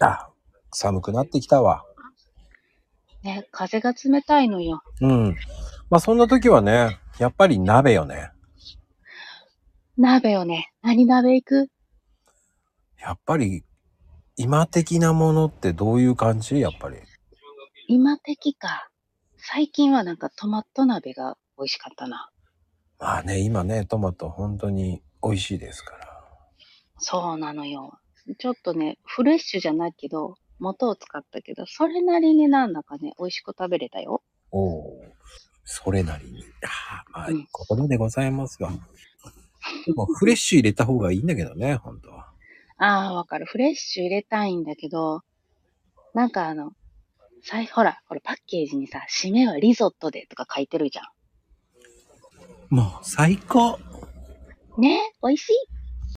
あ、寒くなってきたわ。ね、風が冷たいのよ。うん。まあそんな時はね、やっぱり鍋よね。鍋をね、何鍋行くやっぱり、今的なものってどういう感じやっぱり。今的か。最近はなんかトマト鍋が美味しかったな。まあね、今ね、トマト本当に美味しいですから。そうなのよ。ちょっとね、フレッシュじゃないけど、元を使ったけど、それなりになんだかね、美味しく食べれたよ。おおそれなりに。ああ、まあ、うん心でございますわ。でもフレッシュ入れた方がいいんだけどね、本当は。ああ、わかる。フレッシュ入れたいんだけど、なんかあの、さいほら、これパッケージにさ、締めはリゾットでとか書いてるじゃもう最高ん。ね美味しい